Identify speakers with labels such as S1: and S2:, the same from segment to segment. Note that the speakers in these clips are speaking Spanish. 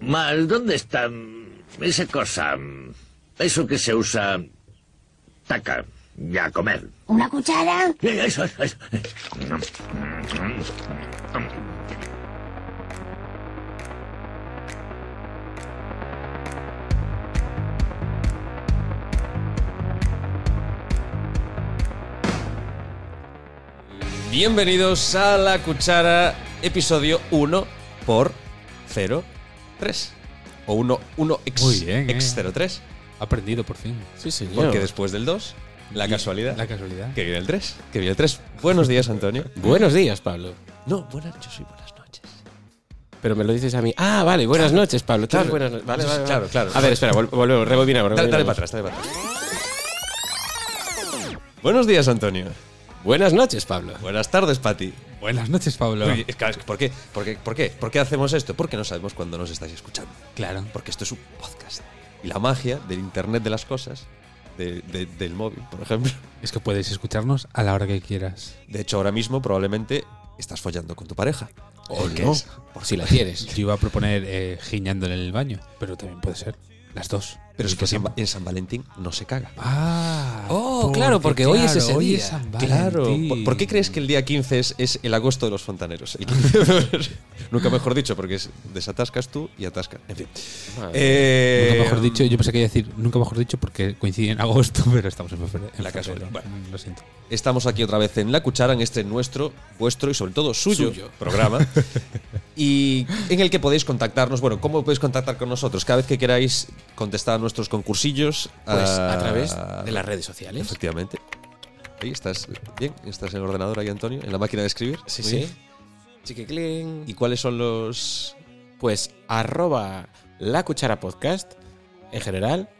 S1: Mal, ¿dónde está esa cosa? Eso que se usa... Taca, ya comer.
S2: ¿Una cuchara?
S1: Eso, eso.
S3: Bienvenidos a La Cuchara, episodio 1 por 03. O 1, 1
S4: Muy
S3: x,
S4: bien,
S3: x
S4: eh.
S3: 03.
S4: Aprendido por fin.
S5: Sí, señor.
S3: Porque después del 2, la casualidad.
S4: La casualidad.
S3: que viene el 3. Que viene el 3. Buenos días, Antonio.
S5: Buenos días, Pablo.
S3: No, buenas, yo soy buenas noches.
S5: Pero me lo dices a mí. Ah, vale, buenas noches, Pablo. Tú eres buenas noches. Vale, vale, vale.
S3: Claro, claro.
S5: A ver, espera, vol- volvemos, rebobinamos.
S3: Dale, dale
S5: rebobinamos.
S3: para atrás, dale para atrás. Buenos días, Antonio.
S5: Buenas noches, Pablo.
S3: Buenas tardes, Pati.
S4: Buenas noches, Pablo.
S3: Muy bien. Claro, es que ¿Por qué? ¿Por qué? ¿Por qué? ¿Por qué hacemos esto? Porque no sabemos cuándo nos estáis escuchando.
S4: Claro.
S3: Porque esto es un podcast. Y la magia del Internet de las cosas, de- de- del móvil, por ejemplo.
S4: Es que puedes escucharnos a la hora que quieras.
S3: De hecho, ahora mismo probablemente estás follando con tu pareja.
S5: O
S3: Porque
S5: no,
S3: es-
S5: por si la quieres.
S4: Yo iba a proponer eh, giñando en el baño, pero también puede ser. Las dos.
S3: Pero es
S4: Al
S3: que San-
S4: mismo tiempo.
S3: en San Valentín no se caga.
S4: Ah.
S5: Oh, claro, porque hoy es ese
S4: hoy
S5: día.
S4: es San
S3: Claro.
S4: Valentín.
S3: ¿Por, por qué crees que el día 15 es, es el agosto de los fontaneros? El 15 de febrero. Nunca mejor dicho, porque es desatascas tú y atasca. En fin. Eh,
S4: Nunca mejor dicho, yo pensé que iba a decir nunca mejor dicho porque coincide en agosto, pero estamos en febrero. en
S3: La
S4: febrero.
S3: casualidad. Bueno.
S4: Mm, Lo siento.
S3: Estamos aquí otra vez en La Cuchara, en este nuestro, vuestro y sobre todo suyo,
S5: Suyo.
S3: programa. y en el que podéis contactarnos. Bueno, ¿cómo podéis contactar con nosotros? Cada vez que queráis contestar a nuestros concursillos.
S5: Pues a
S3: ah,
S5: través de las redes sociales.
S3: Efectivamente. Ahí estás bien, estás en el ordenador ahí, Antonio, en la máquina de escribir.
S5: Sí,
S3: Muy
S5: sí.
S3: bien.
S5: Chiquiclin.
S3: ¿Y cuáles son los
S5: Pues arroba la cuchara podcast en general.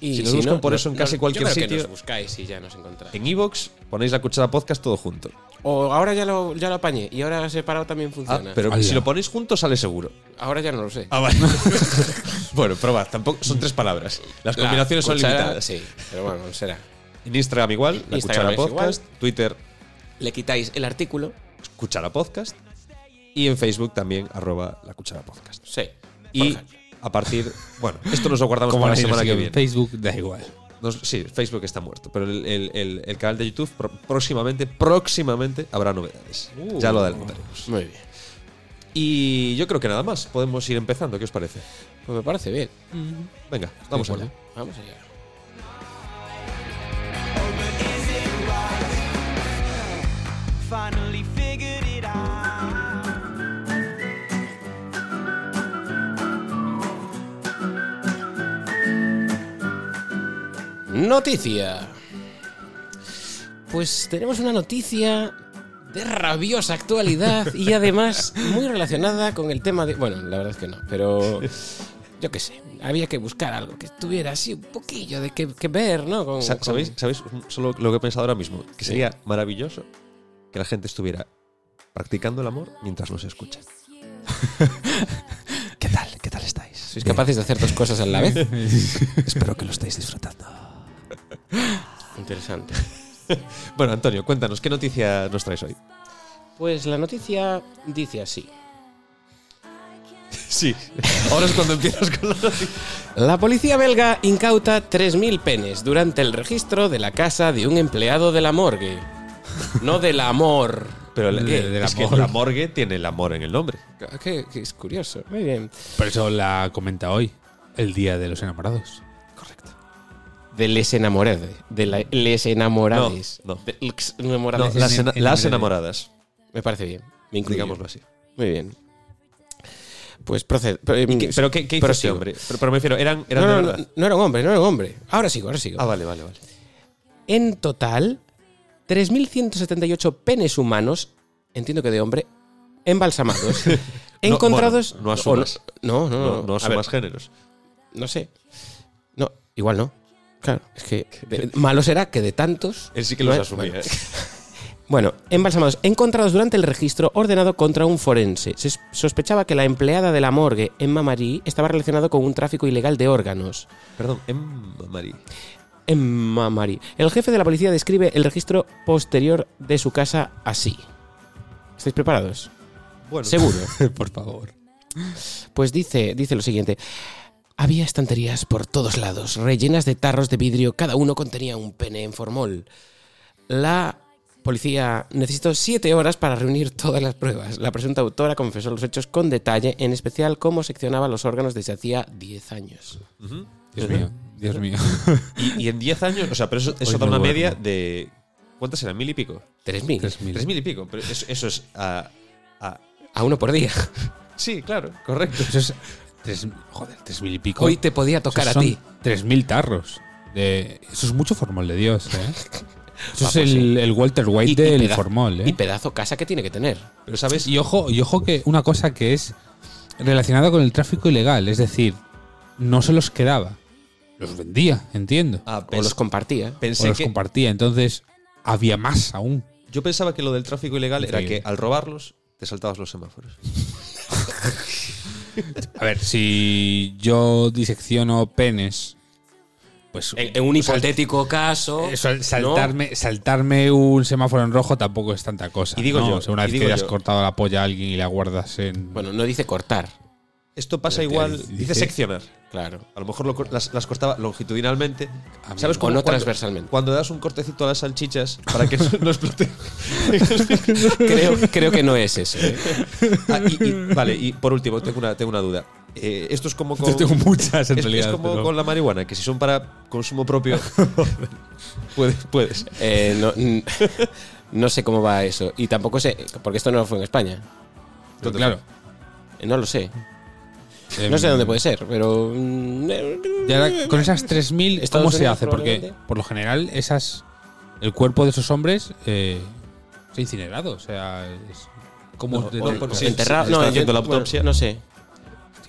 S5: Y
S3: Si nos buscan por eso en casi cualquier
S5: yo creo que
S3: sitio-
S5: nos buscáis y ya nos encontráis.
S3: En Evox ponéis la cuchara podcast todo junto.
S5: O ahora ya lo, ya lo apañé y ahora separado también
S3: Ah,
S5: funciona.
S3: pero
S4: Ala.
S3: si lo ponéis junto sale seguro.
S5: Ahora ya no lo sé.
S3: Ah, vale. bueno, probad. Tampoco, son tres palabras. Las
S5: La
S3: combinaciones son
S5: cuchara,
S3: limitadas.
S5: Sí, pero bueno, será.
S3: En Instagram igual, la
S5: Instagram
S3: cuchara
S5: es igual.
S3: podcast. Twitter,
S5: Le quitáis el artículo.
S3: cuchara podcast. Y en Facebook también, arroba la cuchara podcast.
S5: Sí.
S3: Y
S5: por ejemplo.
S3: a partir. Bueno, esto nos lo guardamos
S4: Como
S3: para la
S4: nadie nos
S3: semana que
S4: sigue en
S3: viene.
S4: Facebook da igual.
S3: Nos- sí, Facebook está muerto, pero el, el- el- el canal de YouTube pro- próximamente, próximamente habrá novedades.
S5: Uh.
S3: Ya lo adelantaremos.
S5: Muy bien.
S3: Y yo creo que nada más. Podemos ir empezando. ¿Qué os parece?
S5: Pues me parece bien.
S3: Venga, vamos allá.
S5: Vamos allá.
S6: finally figured it out.
S5: Noticia. Pues tenemos una noticia de rabiosa actualidad y además muy relacionada con el tema de... Bueno, la verdad es que no, pero yo qué sé. Había que buscar algo que tuviera así un poquillo de que, que ver, ¿no? Con-
S3: Sa-
S5: con-
S3: ¿Sabéis, ¿Sabéis solo lo que he pensado ahora mismo? Que sería maravilloso que la gente estuviera practicando el amor mientras nos escucha. ¿Qué tal? ¿Qué tal estáis?
S5: Sois capaces de hacer dos cosas a la vez.
S3: Espero que lo estéis disfrutando.
S5: Interesante.
S3: Bueno, Antonio, cuéntanos, ¿qué noticia nos traes hoy?
S5: Pues la noticia dice así.
S3: Sí, ahora es cuando empiezas con la noticia.
S5: La policía belga incauta 3.000 penes durante el registro de la casa de un empleado de la morgue. No del amor.
S3: Pero la-
S4: De- de la
S3: es que
S4: morgue.
S3: la morgue tiene el amor en el nombre.
S5: Que, que es curioso. Muy bien.
S4: Por eso la comenta hoy, el día de los enamorados.
S5: De les enamorades. De la- les enamorades.
S3: No, no.
S5: De les
S3: No,
S5: enamorades.
S3: las,
S4: en-
S3: ena-
S4: en-
S3: las
S4: en-
S3: enamoradas,
S5: Me parece bien. Me incluyo.
S3: digámoslo así.
S5: Muy bien. Pues procede. Pero, em,
S3: ¿Qué- ¿Pero qué, qué hizo
S5: pero
S3: este
S5: sigo.
S3: hombre? Pero, pero me refiero, eran, eran
S5: No,
S3: de
S5: no, no,
S3: verdad.
S5: no era un hombre, no era un hombre. Ahora sigo, ahora sigo.
S3: Ah, vale, vale, vale.
S5: En total, 3.178 penes humanos, entiendo que de hombre, embalsamados, encontrados...
S3: bueno, no
S5: o
S3: asumas.
S5: No, no, no.
S3: No, no
S5: A ver,
S3: asumas géneros.
S5: no sé. No, igual no. Claro, es que de- malo será que de tantos...
S3: Él sí que
S5: no
S3: los
S5: es-
S3: asumía.
S5: Bueno,
S3: ¿eh?
S5: Bueno, embalsamados encontrados durante el registro ordenado contra un forense. Se s- sospechaba que la empleada de la morgue, Emma Marie, estaba relacionada con un tráfico ilegal de órganos.
S3: Perdón, Emma Marie.
S5: Emma Marie. El jefe de la policía describe el registro posterior de su casa así. ¿Estáis preparados?
S3: Bueno,
S5: Seguro.
S4: Por favor.
S5: Pues dice, dice lo siguiente. Había estanterías por todos lados, rellenas de tarros de vidrio, cada uno contenía un pene en formol. La policía necesitó siete horas para reunir todas las pruebas. La presunta autora confesó los hechos con detalle, en especial cómo seccionaba los órganos desde hacía 10 años.
S4: Dios mío, Dios mío.
S3: Y, y en 10 años, o sea, pero eso, eso
S4: Hoy
S3: da
S4: no
S3: una
S4: duermo.
S3: media de. ¿Cuántas eran? ¿Mil y pico?
S5: 3.000.
S4: Tres mil.
S3: 3.000 y pico. Pero eso, eso es a, a-
S5: A uno por día.
S3: Sí, claro, correcto.
S4: Eso es. Tres, joder, tres mil y pico.
S5: Hoy te podía
S4: Eso
S5: tocar a
S4: son
S5: ti.
S4: Tres mil tarros. De, eso es mucho formol de Dios, ¿eh? Eso
S5: Vamos,
S4: es el, el Walter White
S5: Y- y
S4: del
S5: peda-
S4: formol,
S5: Y
S4: ¿eh?
S5: pedazo casa que tiene que tener.
S3: Pero sabes,
S4: Y ojo, y ojo que una cosa que es relacionada con el tráfico ilegal, es decir, no se los quedaba, los vendía, entiendo.
S3: Ah,
S5: O
S3: pens-
S5: los compartía.
S4: o
S3: pensé
S4: los
S3: que,
S4: compartía, entonces había más aún.
S3: yo pensaba que lo del tráfico ilegal era
S4: Increíble.
S3: que al robarlos te saltabas los semáforos.
S4: A ver, si yo disecciono penes, pues
S5: En, en un hipotético caso.
S4: eso, al
S5: ¿no?
S4: saltarme, saltarme un semáforo en rojo tampoco es tanta cosa.
S3: Y digo
S4: ¿no?
S3: yo,
S4: O sea, una
S3: y
S4: vez
S3: digo
S4: que le has
S3: yo.
S4: cortado la polla a alguien y la guardas en.
S5: Bueno, no dice cortar,
S3: Esto pasa
S4: Pero te
S3: igual,
S4: dice-
S3: dice seccionar.
S5: claro.
S3: A lo mejor lo cor- las, las cortaba longitudinalmente.
S4: A mí
S3: ¿Sabes
S5: O
S3: cómo?
S5: no
S3: Cuando-
S5: transversalmente.
S3: Cuando das un cortecito a las salchichas para que no, no exploten.
S5: Creo, creo que no es eso. ¿eh?
S3: Ah, y- y- vale, y por último, tengo una, tengo una duda. Eh, esto es como con.
S4: Yo tengo muchas en
S3: es,
S4: realidad.
S3: es como
S4: pero-
S3: con la marihuana, que si son para consumo propio. puedes, puedes.
S5: Eh, no, n- no sé cómo va eso. Y tampoco sé, porque esto no fue en España.
S4: pero claro.
S5: Eh, No lo sé. No sé
S4: em,
S5: dónde puede ser, pero. mm, eh,
S4: Y ahora, con esas 3.000, ¿cómo
S5: Estados
S4: se
S5: Unidos,
S4: hace? Porque
S5: probablemente.
S4: por lo general, esas el cuerpo de esos hombres eh, se ha incinerado. O sea, es como.
S3: No,
S4: de-
S3: no, por- sí,
S5: Enterrado.
S3: sí, está
S5: no, yo-
S3: haciendo la
S5: bueno,
S3: autopsia.
S5: no sé.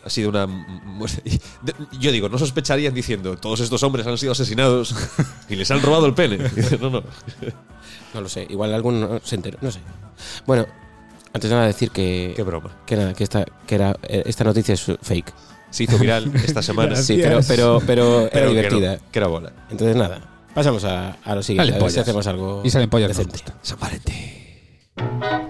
S3: Ha sido una. mu- muerte. Y de- Yo digo, no sospecharían diciendo, todos estos hombres han sido asesinados y les han robado el pene. Dice, No, no.
S5: No lo sé. Igual alguno se enteró. No sé. Bueno, antes de nada decir que.
S3: Qué broma.
S5: que nada, que esta, que era, eh, esta noticia es fake.
S3: Se hizo viral esta semana.
S5: Sí, pero, pero, pero era
S3: que no,
S5: divertida.
S3: Que, era bola.
S5: Entonces, nada, pasamos a, a lo siguiente.
S4: Dale,
S5: a ver si
S4: pollas.
S5: hacemos algo.
S4: y salen pollas. que nos
S5: decente.
S4: gusta.
S3: San Valentín.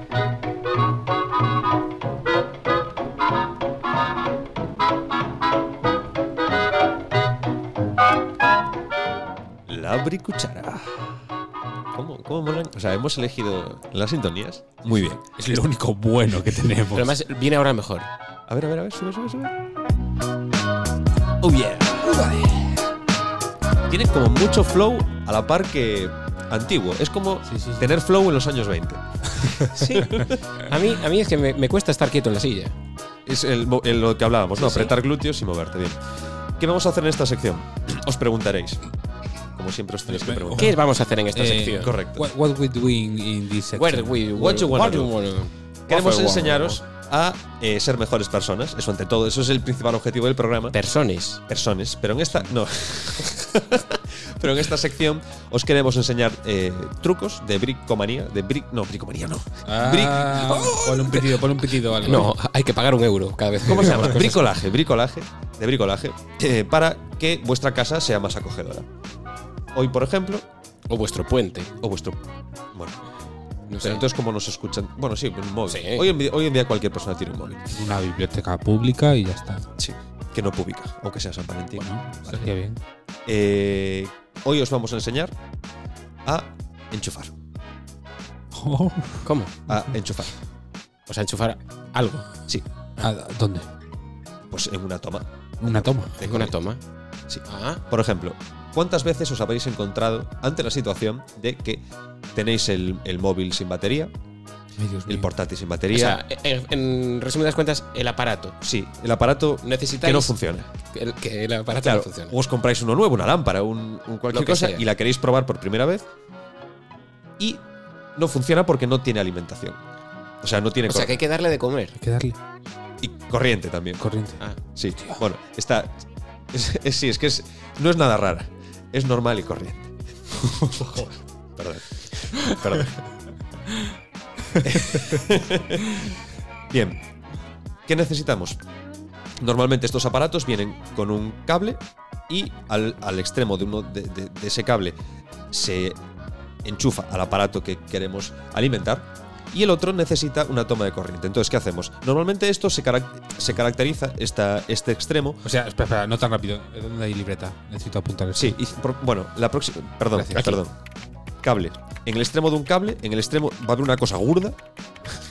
S3: La bricuchara. ¿Cómo, cómo molan? O sea, hemos elegido las sintonías. Muy bien.
S4: Es lo único bueno que tenemos.
S5: Pero además viene ahora mejor.
S3: A ver, a ver, a ver, sube, sube, sube.
S5: Oh yeah.
S3: Tiene como mucho flow a la par que antiguo. Es como
S4: Sí, sí, sí.
S3: tener flow en los años 20.
S5: Sí. A mí, a mí es que me, me cuesta estar quieto en la silla.
S3: Es el mo- el- lo que hablábamos, ¿no?
S5: Sí, sí.
S3: Apretar glúteos y moverte. Bien. ¿Qué vamos a hacer en esta sección? Os preguntaréis. Como siempre os tenéis que preguntar.
S5: ¿Qué vamos a hacer en esta
S4: Eh,
S5: sección?
S3: Correcto.
S4: What, what we doing in this section?
S5: Where we-
S3: What you wanna
S5: what
S3: do?
S5: wanna do?
S3: Queremos
S5: Waffle,
S3: enseñaros a eh, ser mejores personas. Eso ante todo. Eso es el principal objetivo del programa.
S5: Personas.
S3: personas, pero en esta no. pero en esta sección os queremos enseñar eh, trucos de bricomanía, de bric, no, bricomanía no.
S4: Ah, pon un pitido, pon un pitido o algo.
S5: No, hay que pagar un euro cada vez. que
S3: ¿Cómo se
S5: digamos
S3: llama?
S5: cosas.
S3: Bricolaje, bricolaje, de bricolaje eh, para que vuestra casa sea más acogedora. Hoy, por ejemplo,
S5: O vuestro puente.
S3: o vuestro bueno,
S5: No sé.
S3: pero entonces como nos escuchan, bueno, sí, un móvil.
S5: Sí.
S3: Hoy, en día, hoy en día cualquier persona tiene un móvil.
S4: Una biblioteca pública y ya está.
S3: Sí, que no publica, aunque sea San Valentín.
S4: Bueno, estaría bien.
S3: Eh, hoy os vamos a enseñar a enchufar,
S4: Oh.
S5: ¿Cómo?
S3: a enchufar.
S5: O sea, enchufar algo.
S3: Sí,
S4: ¿A Ah, ¿Dónde?
S3: pues en una toma.
S4: Una toma.
S5: Tengo una toma.
S3: Sí.
S5: Ah,
S3: Por ejemplo, ¿cuántas veces os habéis encontrado ante la situación de que tenéis el, el móvil sin batería,
S4: Ay, Dios
S3: el
S4: mío.
S3: portátil sin
S5: o
S3: batería?
S5: sea, en, en resumidas cuentas, el aparato.
S3: sí, el aparato
S5: Necesitáis
S3: que no funciona.
S5: que el- que el aparato
S3: Claro,
S5: no funciona.
S3: o os compráis uno nuevo, una lámpara, un, un
S5: Lo
S3: cualquier
S5: que
S3: cosa,
S5: sea.
S3: y la queréis probar por primera vez y no funciona porque no tiene alimentación. O sea, no tiene
S5: O sea,
S3: cor-
S5: que hay que darle de comer.
S4: Hay que darle
S3: y corriente también.
S4: corriente.
S5: Ah,
S3: sí, bueno, está... es- es- sí, es que es- no es nada rara. Es normal y corriente. Perdón. Perdón. Bien. ¿Qué necesitamos? Normalmente estos aparatos vienen con un cable y al, al extremo de, uno, de, de- de ese cable se enchufa al aparato que queremos alimentar y el otro necesita una toma de corriente. Entonces, ¿qué hacemos? Normalmente esto se, carac- se caracteriza, esta, este extremo,
S4: O sea, espera, espera, no tan rápido. ¿Dónde hay libreta? Necesito apuntar esto.
S3: Sí, y por- bueno, la próxima. Perdón, ah,
S4: Gracias.
S3: perdón. Cable. En el extremo de un cable, en el extremo va a haber una cosa gorda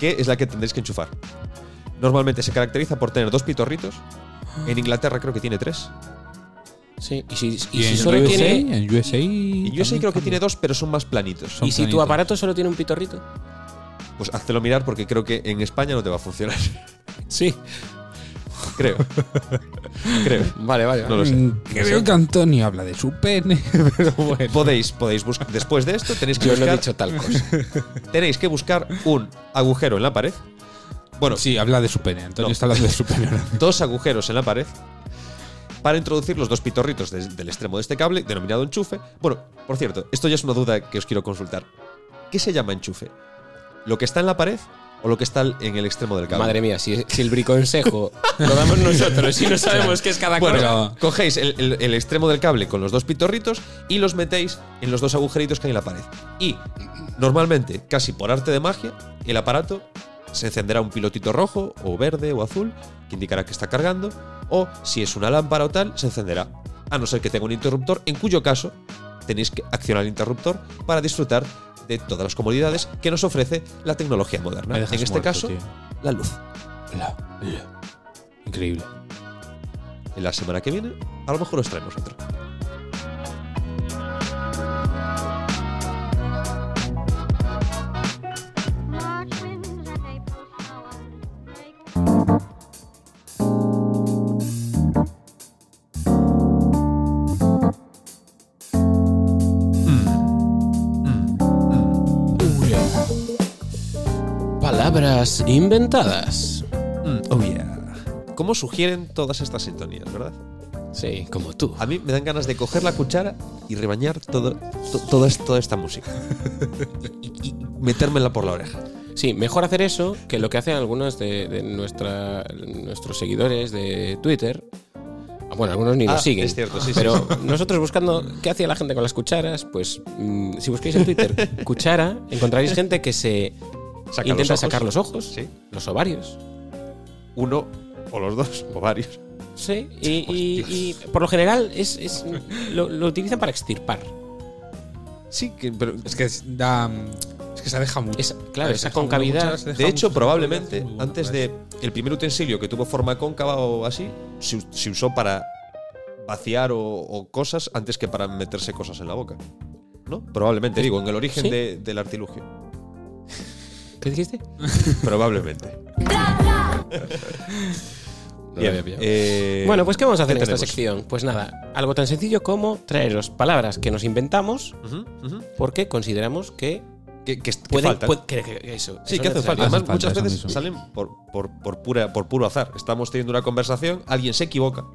S3: que es la que tendréis que enchufar. Normalmente se caracteriza por tener dos pitorritos. En Inglaterra creo que tiene tres.
S5: Sí, y si, y
S4: Y,
S5: si
S4: en,
S5: solo
S4: USA,
S5: tiene.
S4: en USA.
S3: Y yo sí creo que tiene dos, pero son más planitos.
S4: Son-
S5: Y si tu
S4: planitos.
S5: aparato solo tiene un pitorrito.
S3: Pues háztelo mirar porque creo que en España no te va a funcionar.
S5: Sí.
S3: creo. creo.
S5: Vale, vale.
S3: No lo sé.
S4: Mm, Creo que Antonio habla de su pene, pero bueno.
S3: Podéis, podéis buscar. Después de esto tenéis que
S5: Yo no
S3: buscar.
S5: he dicho tal cosa.
S3: Tenéis que buscar un agujero en la pared. Bueno,
S4: Sí, habla de su pene. Antonio
S3: No.
S4: está hablando de su pene. ahora.
S3: dos agujeros en la pared para introducir los dos pitorritos des- del extremo de este cable, denominado enchufe. Bueno, por cierto, esto ya es una duda que os quiero consultar. ¿Qué se llama enchufe? ¿Lo que está en la pared o lo que está en el extremo del cable?
S5: Madre mía, si, si el briconsejo lo damos nosotros y no Pues sabemos qué es cada
S3: Bueno,
S5: cosa.
S4: Pero-
S3: cogéis el, el- el extremo del cable con los dos pitorritos y los metéis en los dos agujeritos que hay en la pared. Y normalmente, casi por arte de magia, el aparato se encenderá un pilotito rojo o verde o azul que indicará que está cargando o si es una lámpara o tal, se encenderá. A no ser que tenga un interruptor, en cuyo caso tenéis que accionar el interruptor para disfrutar de todas las comodidades que nos ofrece la tecnología moderna.
S4: Me
S3: En
S4: dejas
S3: este
S4: muerto,
S3: caso,
S4: tío.
S3: la luz.
S4: La- la. Increíble.
S3: En la semana que viene, a lo mejor os traemos otro.
S2: March winds and April showers make
S5: Palabras inventadas.
S3: oh yeah. ¿Cómo sugieren todas estas sintonías, verdad?
S5: Sí, como tú.
S3: A mí me dan ganas de coger la cuchara y rebañar todo, to- toda, es- toda esta música. Y, y- y metérmela por la oreja.
S5: Sí, mejor hacer eso que lo que hacen algunos de, de nuestra, nuestros seguidores de Twitter. Ah, Bueno, algunos ni
S3: Ah,
S5: nos siguen.
S3: es cierto, sí, sí,
S5: pero nosotros buscando qué hacía la gente con las cucharas, pues mm, si buscáis en Twitter cuchara, encontraréis gente que se
S3: Saca
S5: intenta
S3: los ojos.
S5: sacar los ojos,
S3: Sí.
S5: los ovarios.
S3: Uno o los dos o varios.
S5: Sí, y, y- y por lo general es, es- lo, lo utilizan para extirpar.
S3: Sí, que- pero
S4: Es que es- da. Es que se deja mucho.
S5: Esa- claro,
S4: Se
S5: esa
S4: deja mucho,
S5: concavidad.
S4: muchas se deja
S3: de hecho
S4: mucho.
S3: probablemente
S4: Es muy bueno,
S3: antes
S4: parece.
S3: de el primer utensilio que tuvo forma cóncava o así se, us- se usó para vaciar o, o cosas antes que para meterse cosas en la boca. ¿No? Probablemente, digo, en el origen
S5: Sí.
S3: de- del artilugio.
S5: ¿Qué dijiste?
S3: Probablemente.
S5: lo
S3: Bien,
S5: había pillado.
S3: eh,
S5: Bueno, pues ¿qué vamos a hacer
S3: ¿qué
S5: en esta
S3: tenemos?
S5: sección? Pues nada, algo tan sencillo como traeros palabras que nos inventamos
S3: Ujú, ujú.
S5: porque consideramos que
S3: Que, que, que
S5: pueden...
S3: faltan.
S5: puede- que- que- eso,
S3: sí,
S5: eso
S3: que
S5: es
S3: hacen falta.
S5: necesario.
S3: Además,
S4: Hacen falta,
S3: muchas
S4: eso
S3: veces
S4: mismo.
S3: salen por, por, por, pura, por puro azar. Estamos teniendo una conversación, alguien se equivoca,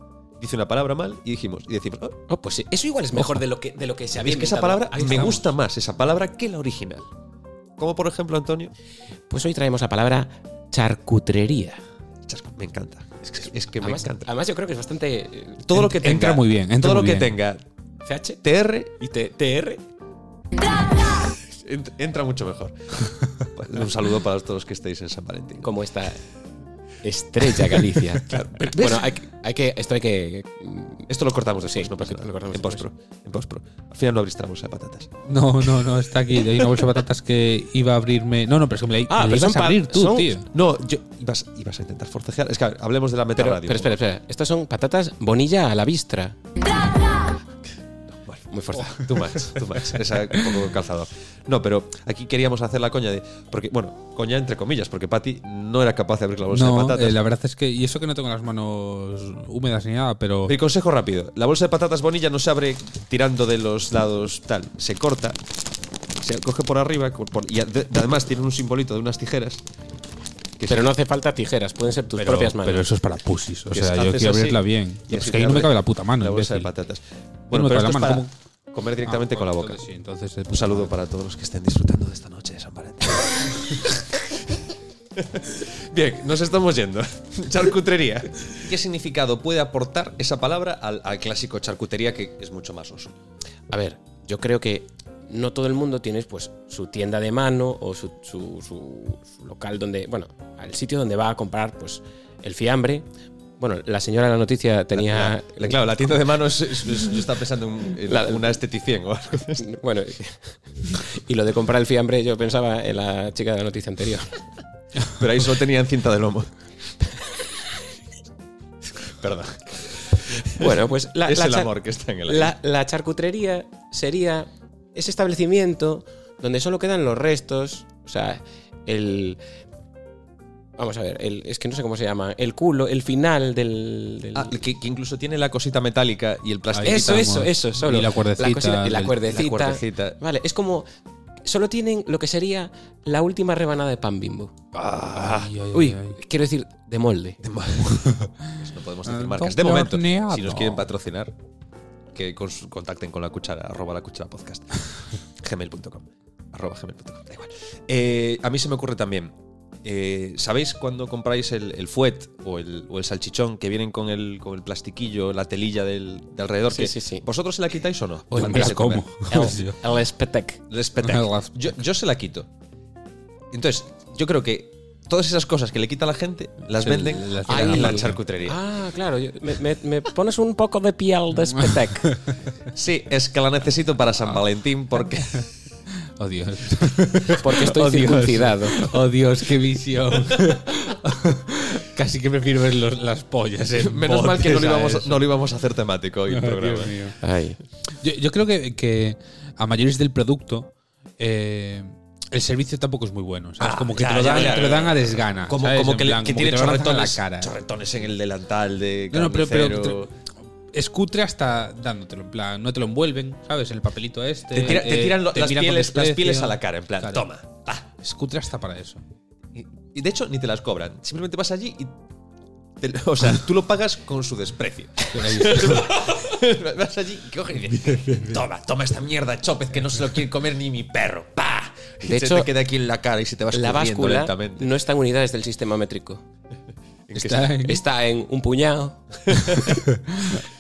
S3: dice una palabra mal y dijimos, y decimos, "Oh,
S5: Oh, pues sí, eso igual es mejor de lo, que, de lo que se había
S3: es que esa
S5: inventado.
S3: palabra
S5: Ahí
S3: me
S5: estamos.
S3: gusta más, esa palabra que la original. Como por ejemplo, Antonio.
S5: Pues hoy traemos la palabra charcutrería.
S3: chasco, Me encanta. Es que, es que me
S5: además,
S3: encanta.
S5: además yo creo que es bastante... eh,
S3: Todo lo que
S4: entra
S3: tenga.
S4: muy bien, entra
S3: todo lo
S4: muy
S3: que
S4: bien.
S3: tenga
S5: CH
S3: TR
S5: y T- TR.
S3: ent- entra mucho mejor. Un saludo para todos los que estéis en San Valentín.
S5: como esta estrella Galicia. Bueno, hay, que- hay que, esto hay que...
S3: Esto lo cortamos después,
S5: Sí,
S3: no pasa
S5: lo- lo
S3: nada.
S5: cortamos
S3: En
S5: después.
S3: postpro. En postpro. Al final no abrís tramos de patatas.
S4: No, no, no, está aquí. Hay una bolsa de patatas que iba a abrirme. No, no, pero es que me la,
S5: Ah,
S4: me la
S5: pero son
S4: ibas a
S5: pa-
S4: abrir tú,
S5: son-
S4: tío.
S3: No, yo ibas, ibas a intentar forcejear. Es que a ver, hablemos de la meta
S5: Pero,
S3: radio.
S5: pero espera, espera. Estas son patatas bonilla a la vistra.
S3: Bueno,
S5: Muy fuerte.
S3: Too much, too much. Esa un poco calzador. No, pero aquí queríamos hacer la coña de. Porque, bueno, coña entre comillas, porque Patty no era capaz de abrir la bolsa de
S4: No,
S3: patatas.
S4: eh, la verdad es que. Y eso que no tengo las manos húmedas ni nada, pero.
S3: El consejo rápido: la bolsa de patatas bonilla no se abre tirando de los lados tal. Se corta, se coge por arriba co- por- y ad- además tiene un simbolito de unas tijeras. Que
S5: Pero
S3: se-
S5: no hace falta tijeras, pueden ser tus propias manos.
S4: pero eso es para pussies. O
S3: que
S4: sea, yo
S3: haces
S4: quiero
S3: así
S4: abrirla bien.
S3: y
S4: Es
S3: así
S4: que
S3: te
S4: ahí no me
S3: abre
S4: cabe la puta mano.
S3: La bolsa de
S4: imbécil.
S3: patatas.
S4: me
S3: Bueno, pero
S4: cabe
S3: esto
S4: la
S3: es
S4: mano,
S3: para comer directamente
S4: Ah,
S3: con la boca.
S4: entonces sí, entonces, eh,
S3: Un saludo para todos los que estén disfrutando de esta noche de San Valentín. Bien, nos estamos yendo. Charcutería. ¿Qué significado puede aportar esa palabra al, al clásico charcutería que es mucho más oso?
S5: A ver, yo creo que no todo el mundo tiene pues su tienda de mano o su, su- su- su local donde, bueno, al sitio donde va a comprar pues el fiambre. Bueno, la señora de la noticia tenía...
S3: La- claro, la tienda de manos, es- es- yo estaba pensando en, en
S5: La-
S3: una esteticien o algo.
S5: Bueno, y lo de comprar el fiambre yo pensaba en la chica de la noticia anterior.
S3: Pero ahí solo tenían cinta de lomo. Perdón.
S5: Bueno, pues la,
S3: es
S5: la
S3: el
S5: cha-
S3: amor que está en el aire.
S5: La, la charcutrería sería ese establecimiento donde solo quedan los restos, o sea, el... Vamos a ver, el- es que no sé cómo se llama, el culo, el final del... del-
S3: Ah, que, que incluso tiene la cosita metálica y el plástico.
S4: Ahí
S5: eso,
S4: quitamos.
S5: eso, eso, solo.
S4: Y la cuerdecita
S5: cosita- y la
S4: del-
S5: cuerdecita.
S3: la cuerdecita.
S5: Vale, es como... Solo tienen lo que sería la última rebanada de pan bimbo.
S3: Ah.
S4: Ay, ay,
S5: Uy,
S4: ay, ay.
S5: quiero decir, de molde.
S3: No podemos decir
S4: Ah,
S3: marcas. De momento,
S4: torneado.
S3: si nos quieren patrocinar, que cons- contacten con la cuchara, arroba la cuchara podcast. gmail.com. Arroba gmail.com, da igual. Eh, a mí se me ocurre también. eh, ¿Sabéis cuando compráis el, el fuet o el, o el salchichón que vienen con el, con el plastiquillo, la telilla del, de alrededor?
S5: Sí,
S3: que
S5: sí, sí.
S3: ¿Vosotros se la quitáis o no?
S4: Uy, me
S3: Antes
S4: la
S3: de comer.
S4: como.
S5: El, el espetec.
S3: Respeta.
S4: El gasto.
S3: Yo, yo se la quito. Entonces, yo creo que todas esas cosas que le quita a la gente las
S4: Sí,
S3: venden
S4: las
S3: a
S5: tiran a
S3: la
S5: la-
S3: charcutería.
S5: Ah, claro, yo- me, me- me pones un poco de piel de espetec.
S3: Sí, es que la necesito para San Valentín porque
S4: Oh, Dios.
S5: Porque estoy
S4: Oh, Dios.
S5: circuncidado.
S4: Oh, Dios, qué visión. Casi que prefiero ver los- las pollas. en
S3: menos mal que no
S4: botes
S3: lo,
S4: a
S3: íbamos a,
S4: eso.
S3: no lo íbamos a hacer temático hoy el
S4: Ay,
S3: programa.
S4: Dios mío.
S5: Ay.
S4: Yo, yo creo que, que a mayores del producto, eh, el servicio tampoco es muy bueno. ¿sabes?
S3: Ah,
S4: como que
S3: ya,
S4: te, lo
S3: ya,
S4: dan,
S3: ya,
S4: te lo
S3: ya.
S4: dan a desgana.
S3: Como,
S4: ¿sabes?
S3: como
S4: En
S3: que, le-
S4: plan,
S3: que
S4: como
S3: tiene
S4: te lo lanzan a
S3: chorretones,
S4: la cara.
S3: chorretones en el delantal de
S4: No, no, pero, pero
S3: carnicero.
S4: te- es cutre hasta dándotelo, en plan, no te lo envuelven, ¿sabes? En el papelito este.
S3: te, tira- te
S4: eh,
S3: tiran lo-
S4: te
S3: las,
S4: miran con
S3: pieles, las
S4: desprecio.
S3: pieles a la cara, en plan,
S4: Claro.
S3: toma, pa,
S4: Es cutre hasta para eso.
S3: Y, y de hecho, ni te las cobran. Simplemente vas allí y. te- o sea, tú lo pagas con su desprecio. vas allí, coges y dices: Toma, toma esta mierda, Chópez, que no se lo quiere comer ni mi perro. ¡Pah! Y
S5: De
S3: se
S5: hecho,
S3: te queda aquí en la cara y se te va
S5: La
S3: escurriendo
S5: báscula
S3: lentamente.
S5: no está en unidades del sistema métrico.
S4: Está en-
S5: Está en un puñado.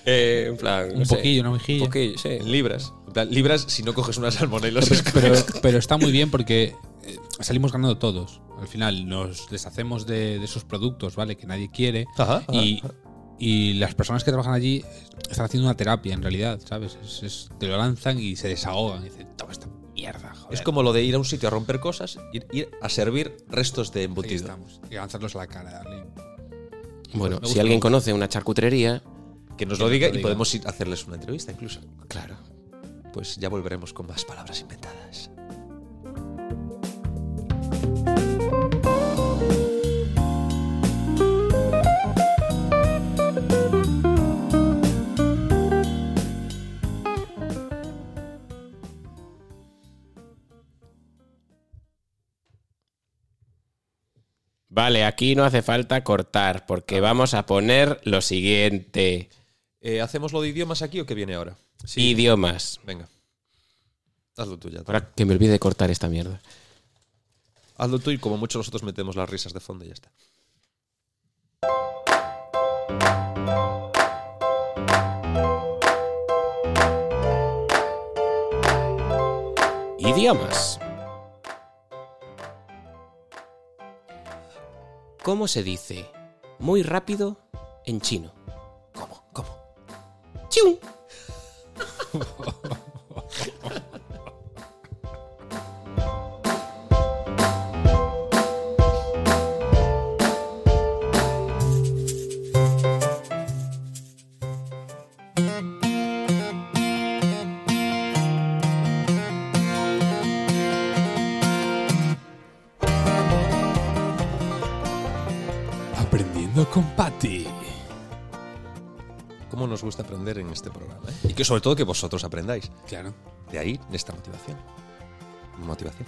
S5: Eh, en plan. no
S4: un
S5: sé,
S4: poquillo, una
S5: Un
S4: mejilla.
S5: poquillo, sí.
S3: En libras. En plan, libras si no coges una salmona y los
S4: pero, pero está muy bien porque eh, salimos ganando todos. Al final nos deshacemos de, de esos productos, ¿vale? Que nadie quiere.
S3: Ajá, ajá,
S4: y, y las personas que trabajan allí eh, están haciendo una terapia, en realidad, ¿sabes? Es- es- te lo lanzan y se desahogan. Y dicen, toma esta mierda, joder".
S3: Es como lo de ir a un sitio a romper cosas, ir, ir a servir restos de
S4: Ahí
S3: embutido.
S4: estamos. Y lanzarlos a la cara, darle.
S5: Bueno,
S4: Me
S5: si
S4: gusta
S5: alguien
S4: mucho.
S5: conoce una charcutrería.
S3: Que nos lo diga
S4: lo
S3: y
S4: diga.
S3: podemos ir a hacerles una entrevista incluso.
S5: Claro.
S3: Pues ya volveremos con más palabras inventadas.
S5: Vale, aquí no hace falta cortar porque vamos a poner lo siguiente:
S3: Eh, ¿Hacemos lo de idiomas aquí o qué viene ahora?
S5: idiomas.
S3: Venga. Hazlo tú ya.
S5: Ahora que me olvide cortar esta mierda.
S3: Hazlo tú y como mucho nosotros metemos las risas de fondo y ya está.
S5: Idiomas. ¿Cómo se dice muy rápido en chino?
S3: ¿Cómo? ¿Cómo?
S5: ¡Chiu!
S4: Aprendiendo con Patty.
S3: ¿Cómo nos gusta aprender en este programa? eh? Y que sobre todo que vosotros aprendáis.
S4: Claro.
S3: De ahí esta motivación. Motivación.